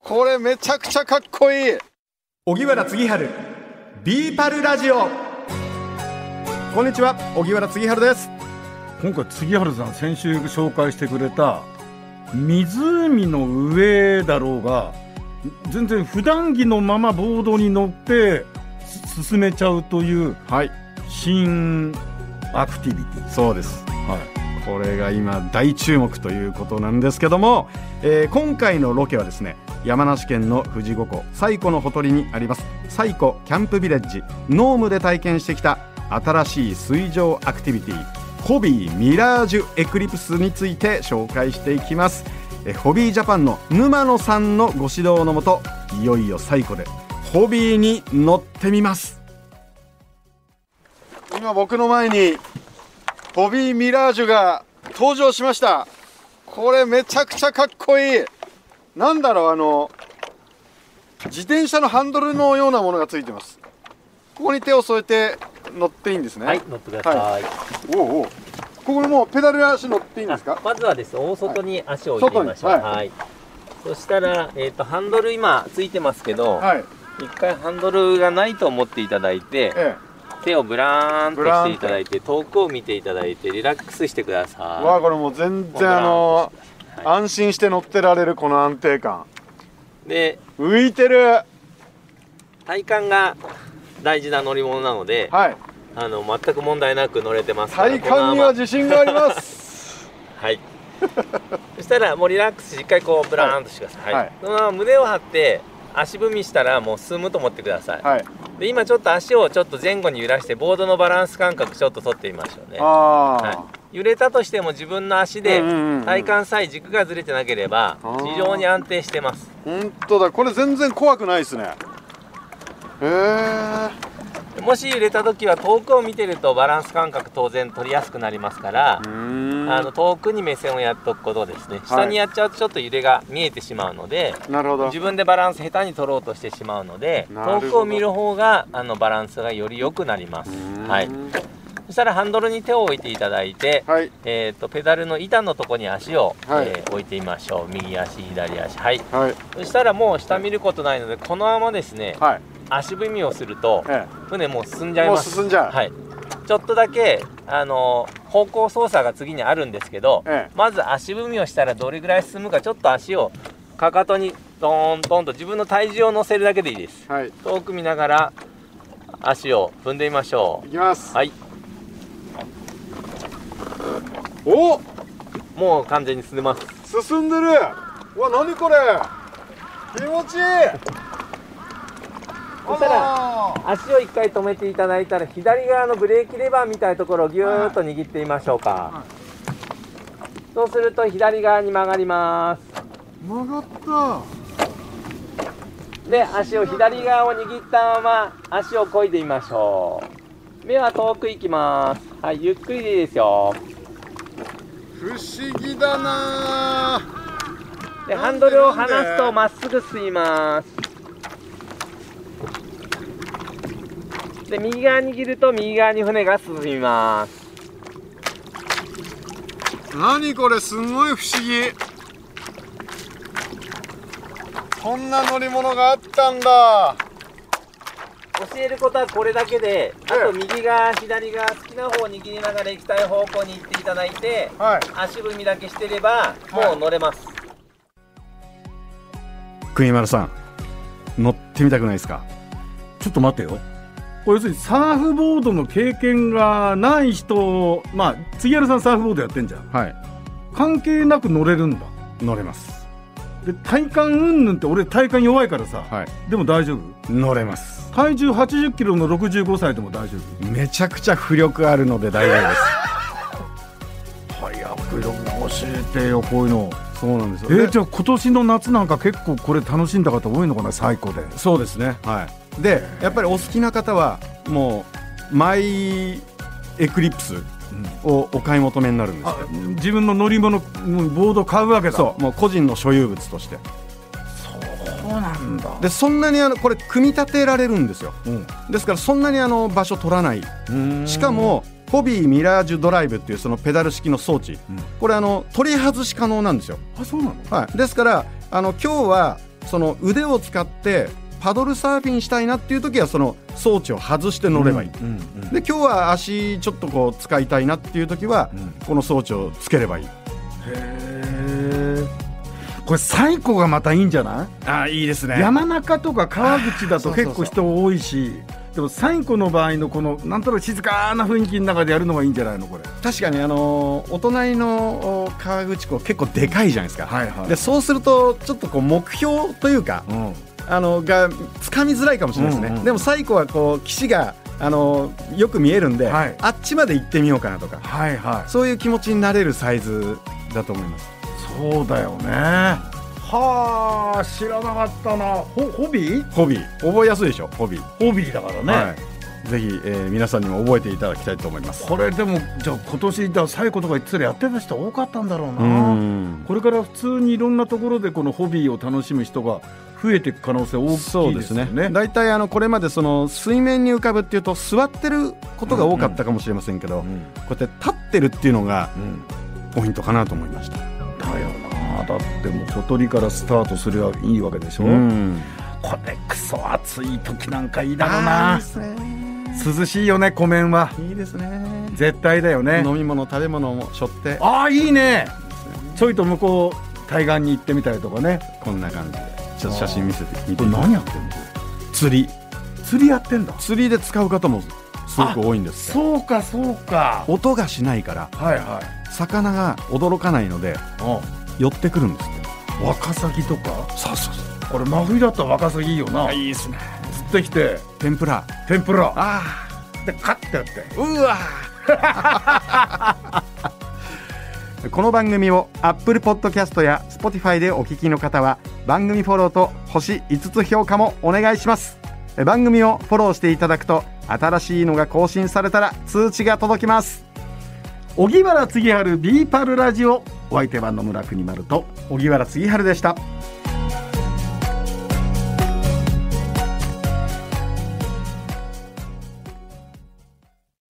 これめちゃくちゃかっこいい荻原次春ビーパルラジオこんにちは荻原次春です今回杉原さん先週紹介してくれた湖の上だろうが全然普段着のままボードに乗ってす進めちゃうというはい新アクティビティそうですはいこれが今大注目ということなんですけども、えー今回のロケはですね山梨県の富士五湖西湖のほとりにあります西湖キャンプビレッジノームで体験してきた新しい水上アクティビティホビーミラージュエクリプスについて紹介していきますえーホビージャパンの沼野さんのご指導のもといよいよ西湖でホビーに乗ってみます今僕の前にボビー・ミラージュが登場しましたこれめちゃくちゃかっこいいなんだろうあの自転車のハンドルのようなものがついてますここに手を添えて乗っていいんですねはい、乗ってください。おうおうここにもうペダル足乗っていいんですあかまずはですね、大外に足を入れましょう。ははいい。そしたら、えっ、と、ハンドル今ついてますけど、はい一回ハンドルがないと思っていただいて、え手をブラーンとブラーンしとていただいて、遠くを見ていただいて、リラックスしてくだえわさあこれもう全もうブ然ラーンあのはい安心して乗ってられるこの安定感い。で、浮いてる体幹が大事な乗り物なので、はいあの、全く問題なく乗れてますから体幹には自信がありますはい。 そしたらもうリラックスして一回こうブラーンとしてください。ははいい。そのまま胸を張って足踏みしたらもう進むと思ってください。はいで今ちょっと足をちょっと前後に揺らしてボードのバランス感覚ちょっと取ってみましょうね。ああ、はい、揺れたとしても自分の足でうんうんうん体幹さえ軸がずれてなければあー非常に安定してます。本当だこれ全然怖くないですねへえもし揺れた時は遠くを見てるとバランス感覚当然取りやすくなりますからう、ーんあの遠くに目線をやっとくことですね。下にやっちゃうとちょっと揺れが見えてしまうので。なるほど自分でバランス下手に取ろうとしてしまうのでなるほど遠くを見る方があのバランスがより良くなりますうーんはいそしたらハンドルに手を置いていただいて、はいえー、とペダルの板のとこに足を、はいえー置いてみましょう右足左足はいはいそしたらもう下見ることないのでこのままですね、はい足踏みをするとえ船もう進んじえゃいもうます進んじゃう、はいちょっとだけあの方向操作が次にあるんですけど、ええまず足踏みをしたらどれぐらい進むかちょっと足をかかとにドーンドーンと自分の体重を乗せるだけでいいですはい遠く見ながら足を踏んでみましょいきます、うはいおもう完全に進んでます進んでるうわ何これ気持ちいいそしたら足を一回止めていただいたら左側のブレーキレバーみたいなところをギューッと握ってみましょうかそうすると左側に曲がります曲がったで足を左側を握ったまま足を漕いでみましょう目は遠く行きますはいゆっくりでいいですよ不思議だなでなハんでンドルをなん離ですとまっすぐ進みますで右側握ると右側に船が進みます何これすごい不思議こんな乗り物があったんだ教えることはこれだけであと右側左側好きな方を握りながら行きたい方向に行っていただいてはい足踏みだけしてればもう乗れます、国丸さん乗ってみたくないですかちょっと待てよこれ要するにサーフボードの経験がない人まあ杉原さんサーフボードやってんじゃんはい関係なく乗れるんだ乗れますで体幹うんぬんって俺体幹弱いからさ、はいでも大丈夫乗れます体重8 0キロの65歳でも大丈夫めちゃくちゃ浮力あるので大丈夫です早く教えてよこういうのそうなんですえーじゃあ今年の夏なんか結構これ楽しんだ方多いのかな最高でそうですねはいでやっぱりお好きな方はもうマイエクリプスをお買い求めになるんですよあ自分の乗り物もうボード買うわけだそうもう個人の所有物としてそうなんだでそんなにあのこれ組み立てられるんですようんですからそんなにあの場所取らないしかもホビーミラージュドライブっていうそのペダル式の装置、うんこれあの取り外し可能なんですよ、あそうなのはい、ですからあの今日はその腕を使ってパドルサーフィンしたいなっていう時はその装置を外して乗ればいい、うんうんで今日は足ちょっとこう使いたいなっていう時は、うんこの装置をつければいいへえこれ最古がまたいいんじゃないあいいですね山中とか川口だとあーそうそうそう結構人多いしでも最古の場合のこのなんとなく静かな雰囲気の中でやるのがいいんじゃないのこれ確かにあのーお隣のお川口湖結構でかいじゃないですか、はいはでそうするとちょっとこう目標というかうん、あのがつかみづらいかもしれないですね、うんうんでも最後はこう岸があのよく見えるんで、はいあっちまで行ってみようかなとかはいはいそういう気持ちになれるサイズだと思いますそうだよねはあ知らなかったなホホビーホビー覚えやすいでしょホビー、ホビーだからね、はい、ぜひ、えー皆さんにも覚えていただきたいと思いますこれでもじゃあ今年だ最古とか言ってたらやってた人多かったんだろううなんこれから普通にいろんなところでこのホビーを楽しむ人が増えていく可能性大きいですそようねですね大体あのこれまでその水面に浮かぶっていうと座ってることが多かったかもしれませんけど、うんこうやって立ってるっていうのがうんポイントかなと思いました、だよなだってもう小鳥からスタートすればいいわけでしょ、ん、これクソ暑い時なんかいいだろうあなー涼しいよね湖面はいいですねいいですね絶対だよね飲み物食べ物もしょってああいいねちょいと向こう対岸に行ってみたりとかねこんな感じでちょっと写真見せて見てこれ何やってんの釣り釣りやってんだ釣りで使う方もすごく多いんですってそうかそうか音がしないからはいは魚が驚かないのでい寄ってくるんですってうんワカサギとかそうそうそうこれ真冬だったらワカサギいいよなあいですね釣ってきて天ぷら天ぷらあでカッてやってーうわー この番組を Apple Podcast や Spotify でお聞きの方は番組フォローと星5つ評価もお願いしますえ番組をフォローしていただくと新しいのが更新されたら通知が届きます小木原次春ビーパルラジオお相手は野村国丸と小木原杉春でした